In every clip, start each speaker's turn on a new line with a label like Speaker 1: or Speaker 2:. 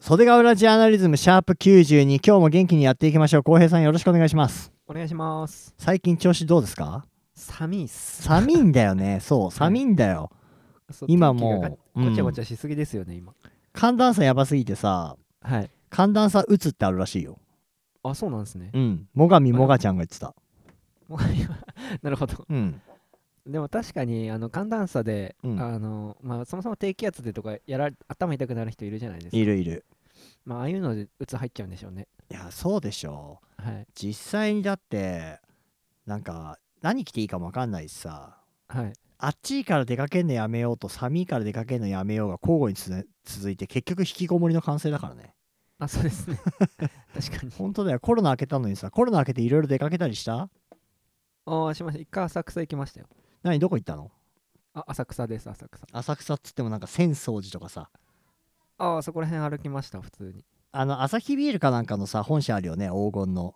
Speaker 1: 袖ヶ浦ジャーナリズムシャープ92今日も元気にやっていきましょう浩平さんよろしくお願いします
Speaker 2: お願いします
Speaker 1: 最近調子どうですか
Speaker 2: 寒いっす
Speaker 1: 寒いんだよねそう寒いんだよ、
Speaker 2: そう
Speaker 1: 今
Speaker 2: 天気が
Speaker 1: もう
Speaker 2: ごちゃご
Speaker 1: うん
Speaker 2: ちゃしすぎですよね今
Speaker 1: 寒暖差やばすぎてさ
Speaker 2: はい
Speaker 1: 寒暖差うつってあるらしいよ
Speaker 2: あそうなんですね
Speaker 1: うん最上もがちゃんが言ってた
Speaker 2: もう今 なるほど
Speaker 1: うん
Speaker 2: でも確かにあの寒暖差で、
Speaker 1: うん
Speaker 2: あのまあそもそも低気圧でとかやら頭痛くなる人いるじゃないですか
Speaker 1: いるいる
Speaker 2: まあああいうので鬱入っちゃうんでしょうね
Speaker 1: いやそうでしょう
Speaker 2: はい
Speaker 1: 実際にだってなんか何着ていいかもわかんないしさ
Speaker 2: はい
Speaker 1: あっちいから出かけんのやめようと寒いから出かけんのやめようが交互につづ続いて結局引きこもりの完成だからね
Speaker 2: あそうですね 確かに
Speaker 1: 本当だよコロナ明けたのにさコロナ明けていろいろ出かけたりした
Speaker 2: ああしました一回浅草行きましたよ
Speaker 1: 何どこ行ったの
Speaker 2: あ浅草です浅草
Speaker 1: 浅草っつってもなんか浅草寺とかさ
Speaker 2: ああそこら辺歩きました普通に
Speaker 1: あの朝日ビールかなんかのさ本社あるよね黄金の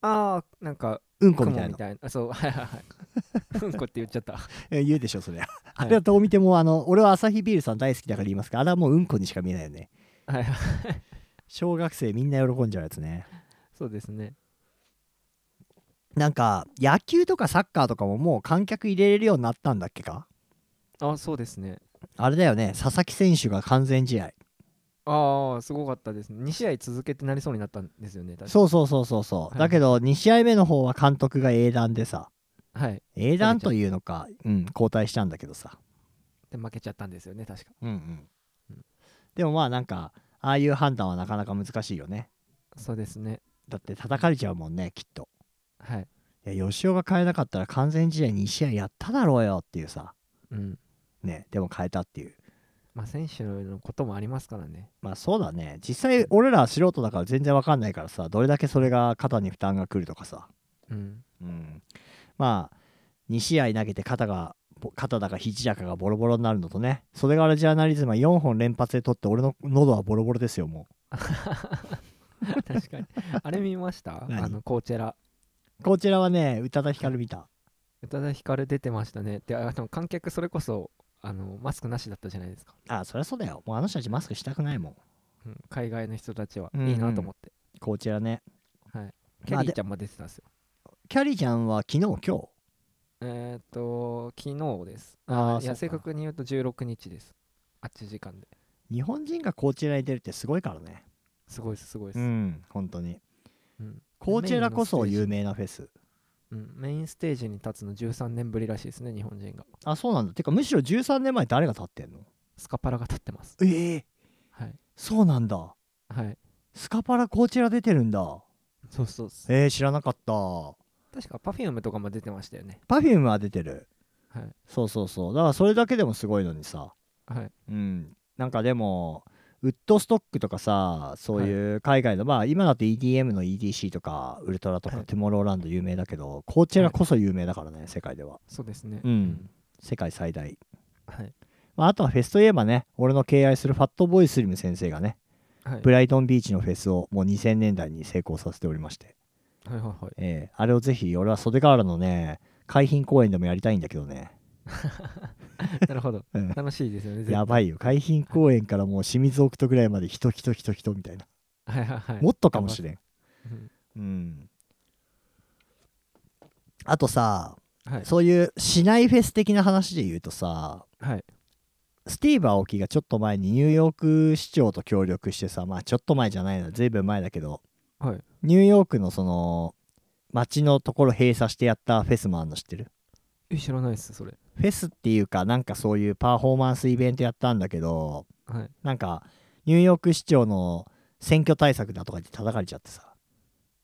Speaker 2: ああなんか
Speaker 1: うんこ
Speaker 2: 雲
Speaker 1: み
Speaker 2: み
Speaker 1: た
Speaker 2: た
Speaker 1: い
Speaker 2: い
Speaker 1: な
Speaker 2: なあそうはいはいはいうんこって言っちゃった
Speaker 1: え言うでしょそれあれはどう見てもあの俺は朝日ビールさん大好きだから言いますけどあれはもううんこにしか見えないよね
Speaker 2: はいはい
Speaker 1: 小学生みんな喜んじゃうやつね
Speaker 2: そうですね
Speaker 1: なんか野球とかサッカーとかももう観客入れれるようになったんだっけか
Speaker 2: あそうですね
Speaker 1: あれだよね佐々木選手が完全試合
Speaker 2: ああすごかったですね2試合続けてなりそうになったんですよね確か
Speaker 1: そうそうそうそうそう、
Speaker 2: はい
Speaker 1: だけど2試合目の方は監督が英断でさ
Speaker 2: はい
Speaker 1: 英断というのか、うん、交代したんだけどさ、
Speaker 2: で負けちゃったんですよね確か
Speaker 1: うんうん
Speaker 2: うん
Speaker 1: でもまあなんかああいう判断はなかなか難しいよね
Speaker 2: そうですね
Speaker 1: だって叩かれちゃうもんねきっと
Speaker 2: はい
Speaker 1: いや吉尾が変えなかったら完全試合2試合やっただろうよっていうさ
Speaker 2: うん
Speaker 1: ねでも変えたっていう
Speaker 2: まあ選手のこともありますからね
Speaker 1: まあそうだね実際俺ら素人だから全然わかんないからさどれだけそれが肩に負担がくるとかさ
Speaker 2: うん
Speaker 1: うんまあ2試合投げて肩がぼ肩だか肘だかがボロボロになるのとね袖ヶ浦ジャーナリズムは4本連発で取って俺の喉はボロボロですよも
Speaker 2: 確かにあれ見ました
Speaker 1: 何
Speaker 2: あのコーチェラ
Speaker 1: うこちらはね宇多田ヒカル見た
Speaker 2: 宇多田ヒカル出てましたねであの観客それこそあのマスクなしだったじゃないですか、
Speaker 1: あそりゃそうだよもうあの人たちマスクしたくないもん
Speaker 2: うん、海外の人たちは
Speaker 1: うんうん
Speaker 2: いいなと思って、
Speaker 1: こちらね
Speaker 2: キ
Speaker 1: まあ
Speaker 2: ャリ
Speaker 1: で
Speaker 2: ーちゃんも出てたんですよ
Speaker 1: キャリーちゃんは昨日今日
Speaker 2: えーっと昨日です
Speaker 1: あー
Speaker 2: いや
Speaker 1: そう
Speaker 2: 正
Speaker 1: か
Speaker 2: 確に言うと16日です8時間で
Speaker 1: 日本人がこちらに出るってすごいからね
Speaker 2: すごいですすごいです、
Speaker 1: うん本当に
Speaker 2: うん
Speaker 1: こちらこそ
Speaker 2: メインのステージ
Speaker 1: 有名なフェス
Speaker 2: うん、メインステージに立つの13年ぶりらしいですね日本人が
Speaker 1: あそうなんだてかむしろ13年前誰が立ってんの
Speaker 2: スカパラが立ってます
Speaker 1: ええ
Speaker 2: はい
Speaker 1: そうなんだ
Speaker 2: はい
Speaker 1: スカパラこちら出てるんだ
Speaker 2: そうそうそう
Speaker 1: えー、知らなかった
Speaker 2: 確か Perfume とかも出てましたよね
Speaker 1: Perfume は出てる
Speaker 2: はい
Speaker 1: そうそうそうだからそれだけでもすごいのにさ
Speaker 2: はい
Speaker 1: うんなんかでもウッドストックとかさそういう海外の、まあ今だと EDM の EDC とかウルトラとか、
Speaker 2: はい
Speaker 1: トゥモローランド有名だけどコーチェラ
Speaker 2: はい
Speaker 1: こそ有名だからね、世界では
Speaker 2: そうですね
Speaker 1: うん世界最大、
Speaker 2: はい
Speaker 1: まあ、あとはフェスといえばね俺の敬愛するファットボーイスリム先生がね
Speaker 2: はい
Speaker 1: ブライトンビーチのフェスをもう2000年代に成功させておりまして
Speaker 2: はいはいはい
Speaker 1: ええあれをぜひ俺は袖ヶ浦のね海浜公園でもやりたいんだけどね、
Speaker 2: なるほど
Speaker 1: うん
Speaker 2: 楽しいですよね絶対
Speaker 1: やばいよ海浜公園からもう清水奥斗ぐらいまで人人人人みたいな、
Speaker 2: はいはいはい
Speaker 1: もっとかもしれん
Speaker 2: うん
Speaker 1: うんあとさ、
Speaker 2: はい
Speaker 1: そういう市内フェス的な話で言うとさ
Speaker 2: はい
Speaker 1: スティーブ・アオキがちょっと前にニューヨーク市長と協力してさまあちょっと前じゃないなずいぶん前だけど
Speaker 2: はい
Speaker 1: ニューヨークのその街のところ閉鎖してやったフェスもあんの知ってる
Speaker 2: え知らないっすそれ
Speaker 1: フェスっていうかなんかそういうパフォーマンスイベントやったんだけど
Speaker 2: はい
Speaker 1: なんかニューヨーク市長の選挙対策だとか言って叩かれちゃってさ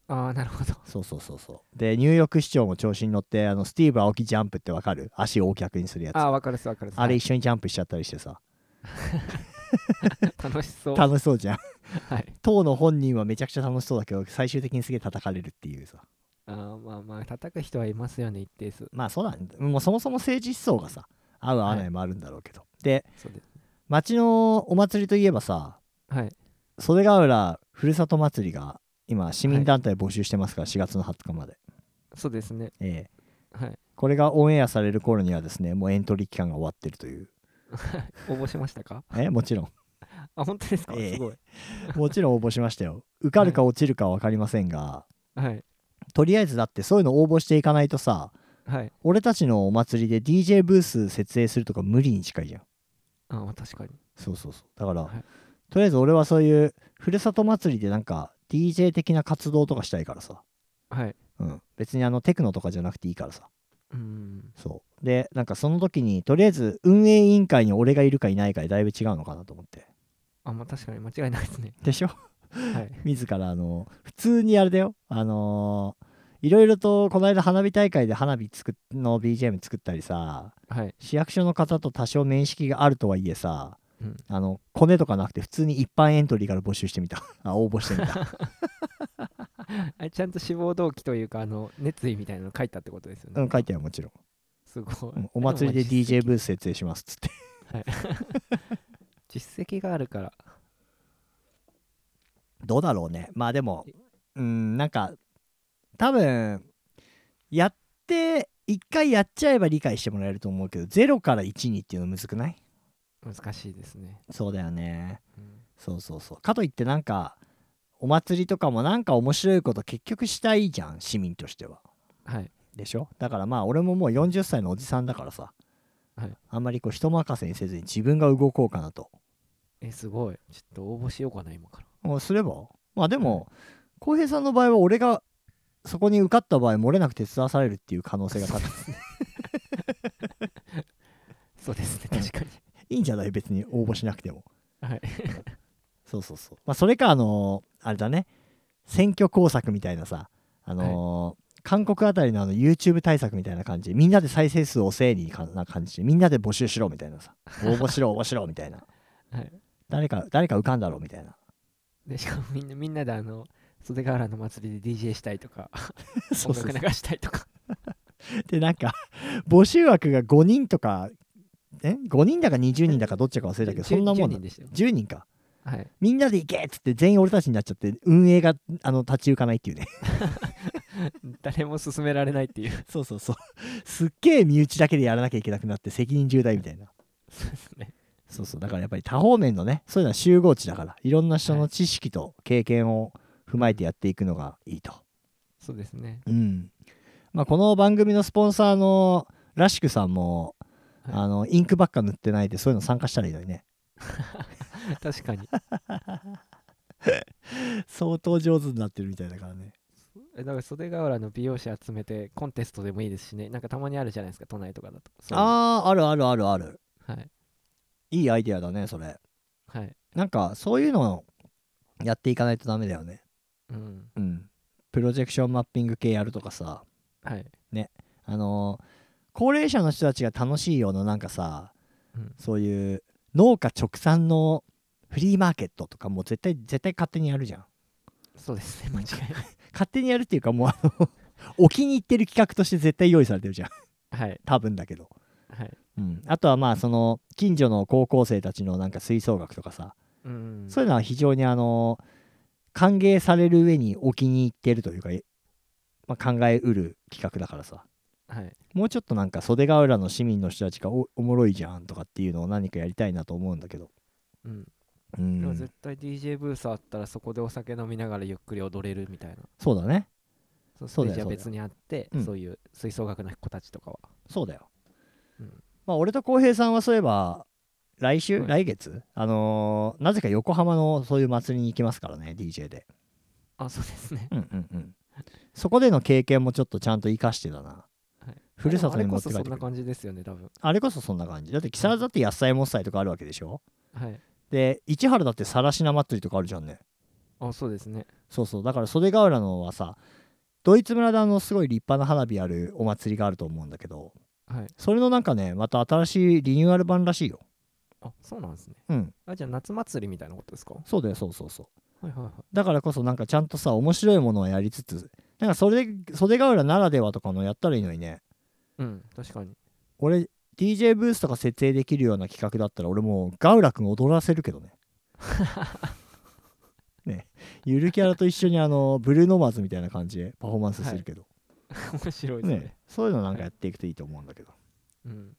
Speaker 2: ああなるほど
Speaker 1: そうそうそうそうでニューヨーク市長も調子に乗ってあのスティーブ・アオキジャンプってわかる足を O 脚にするやつ
Speaker 2: あ
Speaker 1: あ
Speaker 2: あわかるっすわかるっす
Speaker 1: れ
Speaker 2: はい
Speaker 1: 一緒にジャンプしちゃったりしてさ
Speaker 2: 楽しそう
Speaker 1: 楽しそうじゃん
Speaker 2: はい
Speaker 1: 当の本人はめちゃくちゃ楽しそうだけど最終的にすげえ叩かれるっていうさ
Speaker 2: あーまあまあ叩く人はいますよね一定数
Speaker 1: まあそうなんだもうそもそも政治思想がさ合う合わないもあるんだろうけど、で
Speaker 2: そうです
Speaker 1: 街のお祭りといえばさ
Speaker 2: はい
Speaker 1: 袖ヶ浦ふるさと祭りが今市民団体募集してますから、4月の20日まで、
Speaker 2: そうですね
Speaker 1: ええ
Speaker 2: はい
Speaker 1: これがオンエアされる頃にはですねもうエントリー期間が終わってるという
Speaker 2: 応募しましたか
Speaker 1: えもちろん
Speaker 2: あ、本当ですか、
Speaker 1: ええ
Speaker 2: すごい。
Speaker 1: もちろん応募しましたよ受かるか落ちるかは分かりませんが
Speaker 2: はい。
Speaker 1: とりあえずだってそういうの応募していかないとさ
Speaker 2: はい。
Speaker 1: 俺たちのお祭りで DJ ブース設営するとか無理に近いじゃん
Speaker 2: あ、まあ確かに。
Speaker 1: そうそうそうだから、
Speaker 2: はい
Speaker 1: とりあえず俺はそういうふるさと祭りでなんか DJ 的な活動とかしたいからさ、
Speaker 2: はい。
Speaker 1: うん、別にあのテクノとかじゃなくていいからさ
Speaker 2: うん。
Speaker 1: そうでなんかその時にとりあえず運営委員会に俺がいるかいないかでだいぶ違うのかなと思って
Speaker 2: あ、まあ確かに間違い ないですね。
Speaker 1: でしょ
Speaker 2: はい。
Speaker 1: 自らあの普通にあれだよあのーいろいろとこの間花火大会で花火作っの BGM 作ったりさ
Speaker 2: はい。
Speaker 1: 市役所の方と多少面識があるとはいえさ、
Speaker 2: うん
Speaker 1: あのコネとかなくて普通に一般エントリーから募集してみた あ応募してみた、
Speaker 2: あちゃんと志望動機というか、あの、熱意みたいなの書いたってことですよね。
Speaker 1: うん、書いてあるも ちろん、
Speaker 2: すごい。
Speaker 1: うんお祭りで
Speaker 2: も
Speaker 1: DJ ブース設営しますっつって
Speaker 2: 実績があるから。
Speaker 1: どうだろうねまあでもうんなんか多分やって一回やっちゃえば理解してもらえると思うけど0から1にっていうのむずくない
Speaker 2: 難しいですね。
Speaker 1: そうだよね
Speaker 2: うん
Speaker 1: そうそうそうかといってなんかお祭りとかもなんか面白いこと結局したいじゃん市民としては
Speaker 2: はい。
Speaker 1: でしょだからまあ俺ももう40歳のおじさんだからさ、
Speaker 2: はい
Speaker 1: あんまりこう人任せにせずに自分が動こうかなと
Speaker 2: え、すごい。ちょっと応募しようかな、今から。
Speaker 1: もうすればまあでも浩、平さんの場合は俺がそこに受かった場合漏れなく手伝わされるっていう可能性が高い
Speaker 2: そうですね、確かに。
Speaker 1: いいんじゃない別に応募しなくても
Speaker 2: はい。
Speaker 1: そうそうそうまあそれかあのーあれだね選挙工作みたいなさあのー韓国あたりのあの YouTube 対策みたいな感じみんなで再生数をせいにかな感じでみんなで募集しろみたいなさ応募しろ応募しろみたいな
Speaker 2: はい。
Speaker 1: 誰か誰か浮かんだろうみたいな
Speaker 2: で、しかもみんな、みんなであの、袖ヶ原の祭りで DJ したいとか、
Speaker 1: そ
Speaker 2: 音
Speaker 1: うそう
Speaker 2: 楽
Speaker 1: そう
Speaker 2: 流したいとか。
Speaker 1: でなんか 募集枠が5人とかえ5人だか20人だかどっちか忘れたけどそんなもんだ
Speaker 2: 10人でしたよ。
Speaker 1: 10人か
Speaker 2: はい。
Speaker 1: みんなで行けっつって全員俺たちになっちゃって運営があの立ち行かないっていうね
Speaker 2: 誰も勧められないっていう。
Speaker 1: そうそうそうすっげえ身内だけでやらなきゃいけなくなって責任重大みたいな
Speaker 2: そうですね。
Speaker 1: そうそうだからやっぱり多方面のねそういうのは集合値だからいろんな人の知識と経験を踏まえてやっていくのがいいと
Speaker 2: そうですね。
Speaker 1: うんまあこの番組のスポンサーのらしくさんも、
Speaker 2: はい
Speaker 1: あのインクばっか塗ってないでそういうの参加したらいいのにね
Speaker 2: 確かに。
Speaker 1: 相当上手になってるみたいだからね
Speaker 2: えだから袖ヶ浦の美容師集めてコンテストでもいいですしね。なんかたまにあるじゃないですか、都内とかだと。そういう
Speaker 1: あああるあるあるある
Speaker 2: はい。
Speaker 1: いいアイデアだねそれ
Speaker 2: はい。
Speaker 1: なんかそういうのをやっていかないとダメだよね
Speaker 2: うん。
Speaker 1: うんプロジェクションマッピング系やるとかさ
Speaker 2: はい。
Speaker 1: あのー高齢者の人たちが楽しいようななんかさ
Speaker 2: うん、
Speaker 1: そういう農家直産のフリーマーケットとかもう絶対絶対勝手にやるじゃん
Speaker 2: そうですね、間違い ない。
Speaker 1: 勝手にやるっていうかもうあの お気に入ってる企画として絶対用意されてるじゃん
Speaker 2: はい。
Speaker 1: 多分だけど
Speaker 2: はい。
Speaker 1: うん、あとはまあその近所の高校生たちのなんか吹奏楽とかさ、
Speaker 2: うん。
Speaker 1: そういうのは非常にあの歓迎される上にお気に入っているというか、えまあ、考えうる企画だからさ
Speaker 2: はい。
Speaker 1: もうちょっとなんか袖ヶ浦の市民の人たちがおおもろいじゃんとかっていうのを何かやりたいなと思うんだけど、
Speaker 2: うん。
Speaker 1: う
Speaker 2: でも
Speaker 1: ん
Speaker 2: 絶、対 DJ ブースあったらそこでお酒飲みながらゆっくり踊れるみたいな。
Speaker 1: そうだね
Speaker 2: そう
Speaker 1: そうだよ
Speaker 2: ス
Speaker 1: そうだ
Speaker 2: テージは
Speaker 1: よ
Speaker 2: 別にあって、
Speaker 1: うん
Speaker 2: そういう吹奏楽の子たちとかは。
Speaker 1: そうだよ、
Speaker 2: うん
Speaker 1: まあ俺と浩平さんはそういえば来週、
Speaker 2: はい
Speaker 1: 来月あのーなぜか横浜のそういう祭りに行きますからね DJ で
Speaker 2: あ、そうです ね。
Speaker 1: うんうんうんそこでの経験もちょっとちゃんと生かしてだな
Speaker 2: はい、
Speaker 1: ふるさとに
Speaker 2: でも
Speaker 1: 持
Speaker 2: あ
Speaker 1: って
Speaker 2: れこそ
Speaker 1: 帰ってく
Speaker 2: そん
Speaker 1: る
Speaker 2: な感じですよね、多分。
Speaker 1: あれこそそんな感じだって木更津だって野菜もっさいとかあるわけでしょ
Speaker 2: はい。
Speaker 1: で市原だってさらしな祭りとかあるじゃんね
Speaker 2: あ、そうですね。
Speaker 1: そうそうだから袖ヶ浦のはさドイツ村であのすごい立派な花火あるお祭りがあると思うんだけど
Speaker 2: はい。
Speaker 1: それのなんかねまた新しいリニューアル版らしいよ
Speaker 2: あ、そうなんですね。
Speaker 1: うん
Speaker 2: あ、じゃあ夏祭りみたいなことですかは
Speaker 1: そうだよそうそうそう
Speaker 2: いはいはい。
Speaker 1: だからこそなんかちゃんとさ面白いものをやりつつなんかそれ袖ヶ浦ならではとかのやったらいいのにね
Speaker 2: うん、確かに。
Speaker 1: 俺 DJ ブースとか設営できるような企画だったら俺もうガウラ君踊らせるけ どねねゆるキャラと一緒にあのブルーノマーズみたいな感じでパフォーマンスするけど、
Speaker 2: 面白いですね。
Speaker 1: ねそういうのなんかやっていくといいと思うんだけど、
Speaker 2: うん。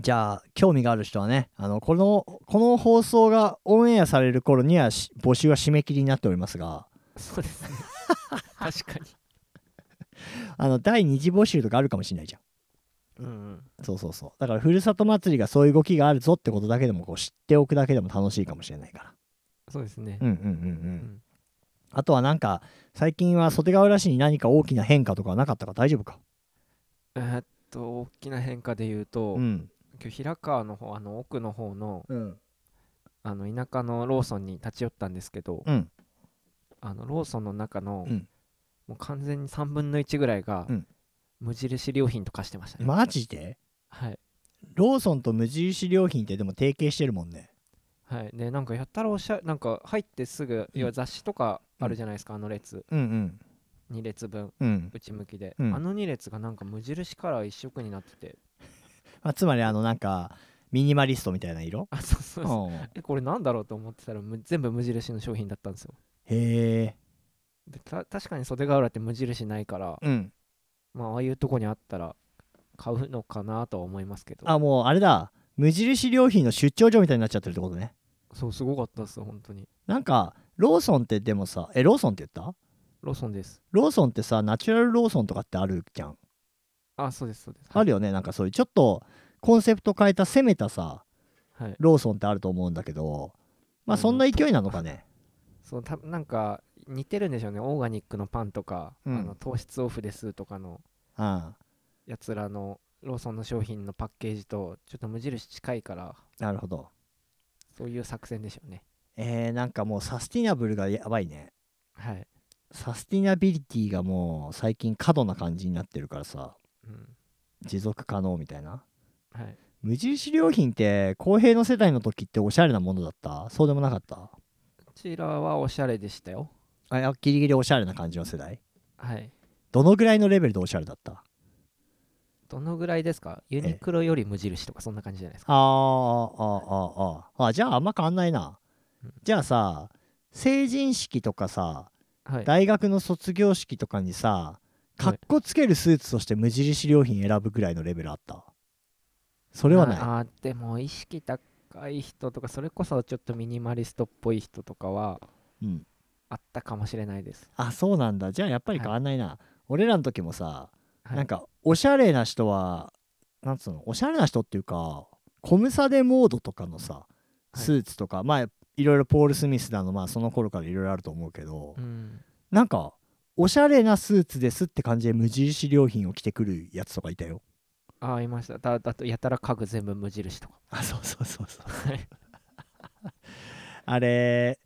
Speaker 1: じゃあ興味がある人はねあのこのこの放送がオンエアされる頃にはし募集は締め切りになっておりますが
Speaker 2: そうですね 確かに
Speaker 1: あの第二次募集とかあるかもしれないじゃん
Speaker 2: うんうん
Speaker 1: そうそうそうだからふるさと祭りがそういう動きがあるぞってことだけでもこう知っておくだけでも楽しいかもしれないから
Speaker 2: そうですね
Speaker 1: うんうんうんう
Speaker 2: うんん
Speaker 1: あとはなんか最近は袖ヶ浦市に何か大きな変化とかはなかったか大丈夫か
Speaker 2: えーっと大きな変化で言うと、
Speaker 1: うん
Speaker 2: 今日平川の方あの奥の方の
Speaker 1: うん
Speaker 2: あの田舎のローソンに立ち寄ったんですけど、
Speaker 1: うん
Speaker 2: あのローソンの中の、
Speaker 1: うん
Speaker 2: もう完全に3分の1ぐらいが、
Speaker 1: うん
Speaker 2: 無印良品と化してましたね、
Speaker 1: マジで
Speaker 2: はい、
Speaker 1: ローソンと無印良品ってでも提携してるもんね
Speaker 2: はい、でなんかやったらおしゃなんか入ってすぐ、
Speaker 1: うん
Speaker 2: 要は雑誌とかあるじゃないですか、あの列
Speaker 1: うん
Speaker 2: 2列分
Speaker 1: うんうん、
Speaker 2: 内向きで、
Speaker 1: うん
Speaker 2: あの2列がなんか無印カラー一色になってて
Speaker 1: まあ、つまりあのなんかミニマリストみたいな色
Speaker 2: あそうそうそう
Speaker 1: うん
Speaker 2: えこれなんだろうと思ってたらむ全部無印の商品だったんですよ
Speaker 1: へえ
Speaker 2: でた確かに袖ヶ浦って無印ないから、
Speaker 1: うん
Speaker 2: まあああいうとこにあったら買うのかなとは思いますけど
Speaker 1: あもうあれだ無印良品の出張所みたいになっちゃってるってことね
Speaker 2: そうすごかったです本当に
Speaker 1: なんかローソンってでもさえローソンって言った
Speaker 2: ローソンです
Speaker 1: ローソンってさナチュラルローソンとかってあるじゃん
Speaker 2: あそうですそうです
Speaker 1: あるよねなんかそういうちょっとコンセプト変えた攻めたさ
Speaker 2: はい
Speaker 1: ローソンってあると思うんだけどまあそんな勢いなのか ね
Speaker 2: そうたなんか似てるんでしょうねオーガニックのパンとか、
Speaker 1: うん
Speaker 2: あの糖質オフですとかの
Speaker 1: うん
Speaker 2: やつらのローソンの商品のパッケージとちょっと無印近いから
Speaker 1: なるほど
Speaker 2: そういう作戦でしょうね
Speaker 1: えー、なんかもうサスティナブルがやばいね
Speaker 2: はい、
Speaker 1: サスティナビリティがもう最近過度な感じになってるからさ
Speaker 2: うん
Speaker 1: 持続可能みたいな
Speaker 2: はい、
Speaker 1: 無印良品って公平の世代の時っておしゃれなものだったそうでもなかった
Speaker 2: こちらはおしゃれでしたよ
Speaker 1: あいやギリギリおしゃれな感じの世代
Speaker 2: はい
Speaker 1: どのぐらいのレベルでおしゃれだった
Speaker 2: どのぐらいですかユニクロより無印とかそんな感じじゃないです
Speaker 1: あー
Speaker 2: か
Speaker 1: あーあーあーあーじゃああんま変わんないな
Speaker 2: うん
Speaker 1: じゃあさ成人式とかさ
Speaker 2: はい
Speaker 1: 大学の卒業式とかにさかっこつけるスーツとして無印良品選ぶぐらいのレベルあったそ
Speaker 2: こ
Speaker 1: れはない
Speaker 2: あーでも意識高い人とかそれこそちょっとミニマリストっぽい人とかは
Speaker 1: うん
Speaker 2: あったかもしれないです
Speaker 1: あそうなんだじゃあやっぱり変わんないな、俺らの時もさ、
Speaker 2: はい
Speaker 1: なんかおしゃれな人はなんつうのおしゃれな人っていうかコムサデモードとかのさ
Speaker 2: い
Speaker 1: スーツとか、まあいろいろポール・スミスだのまあその頃からいろいろあると思うけど、
Speaker 2: うん
Speaker 1: なんかおしゃれなスーツですって感じで無印良品を着てくるやつとかいたよ
Speaker 2: ああいましただだとやたら家具全部無印とか
Speaker 1: あそうそうそうそう
Speaker 2: はい
Speaker 1: あれ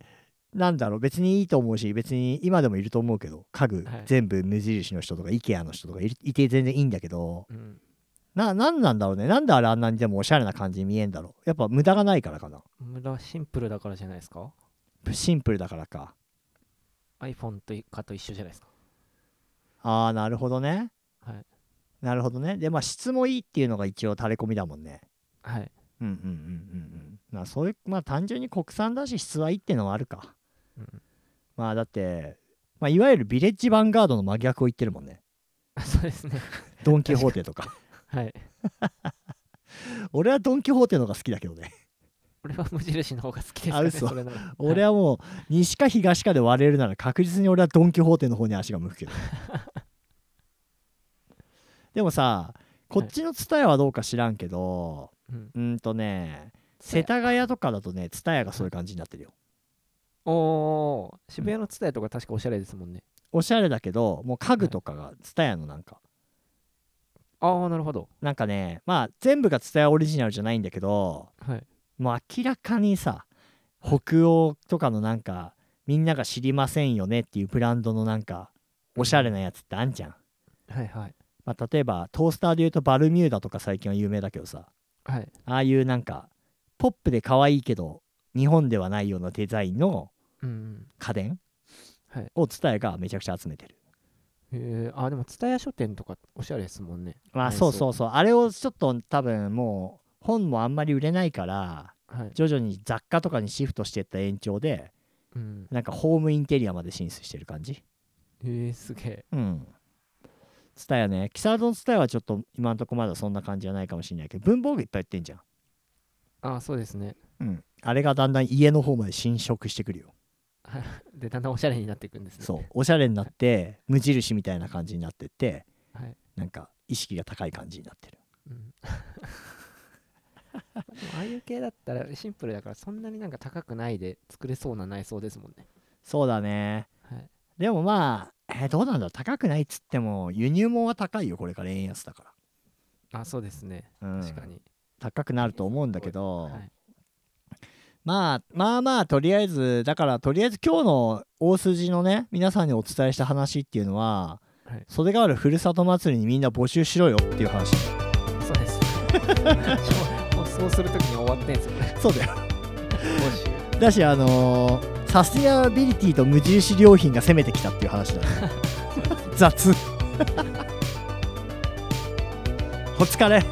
Speaker 1: なんだろう別にいいと思うし別に今でもいると思うけど家具、
Speaker 2: はい
Speaker 1: 全部無印の人とか IKEA の人とかいるいて全然いいんだけど
Speaker 2: うん
Speaker 1: な、なんなんだろうね。なんであれあんなにでもおしゃれな感じに見えんだろう。やっぱ無駄がないからかな。
Speaker 2: 無駄シンプルだからじゃないですか
Speaker 1: シンプルだからか。
Speaker 2: iPhone といかと一緒じゃないですか
Speaker 1: ああ、なるほどね。
Speaker 2: はい
Speaker 1: なるほどね。で、まあ質もいいっていうのが一応垂れ込みだもんね。
Speaker 2: はい
Speaker 1: うんうんうんうんうん。まあそういう、まあ単純に国産だし質はいいってのはあるか。
Speaker 2: うん
Speaker 1: まあだって、まあいわゆるビレッジヴァンガードの真逆を言ってるもんね。
Speaker 2: あそうですね
Speaker 1: ドン・キホーテとか。
Speaker 2: はい
Speaker 1: 俺はドン・キホーテの方が好きだけどね。
Speaker 2: 俺は無印の方が好きです
Speaker 1: あ
Speaker 2: かね
Speaker 1: 嘘
Speaker 2: それなら
Speaker 1: 俺はもう西か東かで割れるなら確実に俺はドン・キホーテの方に足が向くけ どでもさこっちの蔦屋はどうか知らんけど、
Speaker 2: いうん
Speaker 1: うーんとね世田谷とかだとね蔦屋がそういう感じになってるよ
Speaker 2: おお渋谷のツタヤとか確かおしゃれですもんね
Speaker 1: おしゃれだけどもう家具とかが蔦屋のなんか
Speaker 2: ああなるほど
Speaker 1: なんかねまあ全部が蔦屋オリジナルじゃないんだけど
Speaker 2: はい
Speaker 1: もう明らかにさ北欧とかのなんかみんなが知りませんよねっていうブランドのなんかおしゃれなやつってあんじゃん
Speaker 2: はいはい
Speaker 1: まあ、例えばトースターでいうとバルミューダとか最近は有名だけどさ
Speaker 2: はい
Speaker 1: ああいうなんかポップで可愛いけど日本ではないようなデザインの
Speaker 2: うんうん
Speaker 1: 家電
Speaker 2: はい
Speaker 1: を伝えがめちゃくちゃ集めてる、
Speaker 2: えー、あーでも蔦屋書店とかおしゃれですもんね
Speaker 1: まあ
Speaker 2: はい
Speaker 1: そうそうそうあれをちょっと多分もう本もあんまり売れないから
Speaker 2: はい、
Speaker 1: 徐々に雑貨とかにシフトしていった延長で
Speaker 2: うん、
Speaker 1: なんかホームインテリアまで進出してる感じ
Speaker 2: えー、すげえ
Speaker 1: うんツタヤね木更津のツタヤはちょっと今んとこまだそんな感じじゃないかもしれないけど文房具いっぱい売ってんじゃん、
Speaker 2: ああそうですね
Speaker 1: うん、あれがだんだん家の方まで侵食してくるよ
Speaker 2: でだんだんおしゃれになっていくんですね
Speaker 1: そうおしゃれになって無印みたいな感じになってって
Speaker 2: はい、
Speaker 1: なんか意識が高い感じになってる
Speaker 2: うん でもああいう系だったらシンプルだからそんなになんか高くないで作れそうな内装ですもんね
Speaker 1: そうだね
Speaker 2: はい
Speaker 1: でもまあ、えーどうなんだろう高くないっつっても輸入もは高いよこれから円安だか
Speaker 2: あそうですね
Speaker 1: ら、うん
Speaker 2: 確かに、
Speaker 1: 高くなると思うんだけど、
Speaker 2: はい、
Speaker 1: まあまあまあとりあえずだからとりあえず今日の大筋のね皆さんにお伝えした話っていうのは、
Speaker 2: はい
Speaker 1: 袖ヶ浦ふるさと祭りにみんな募集しろよっていう話
Speaker 2: そうです もうそうするときに終わってん すよね
Speaker 1: そうだよ
Speaker 2: 募集
Speaker 1: だしあのーサスティナビリティと無印良品が攻めてきたっていう話だね雑 お疲れ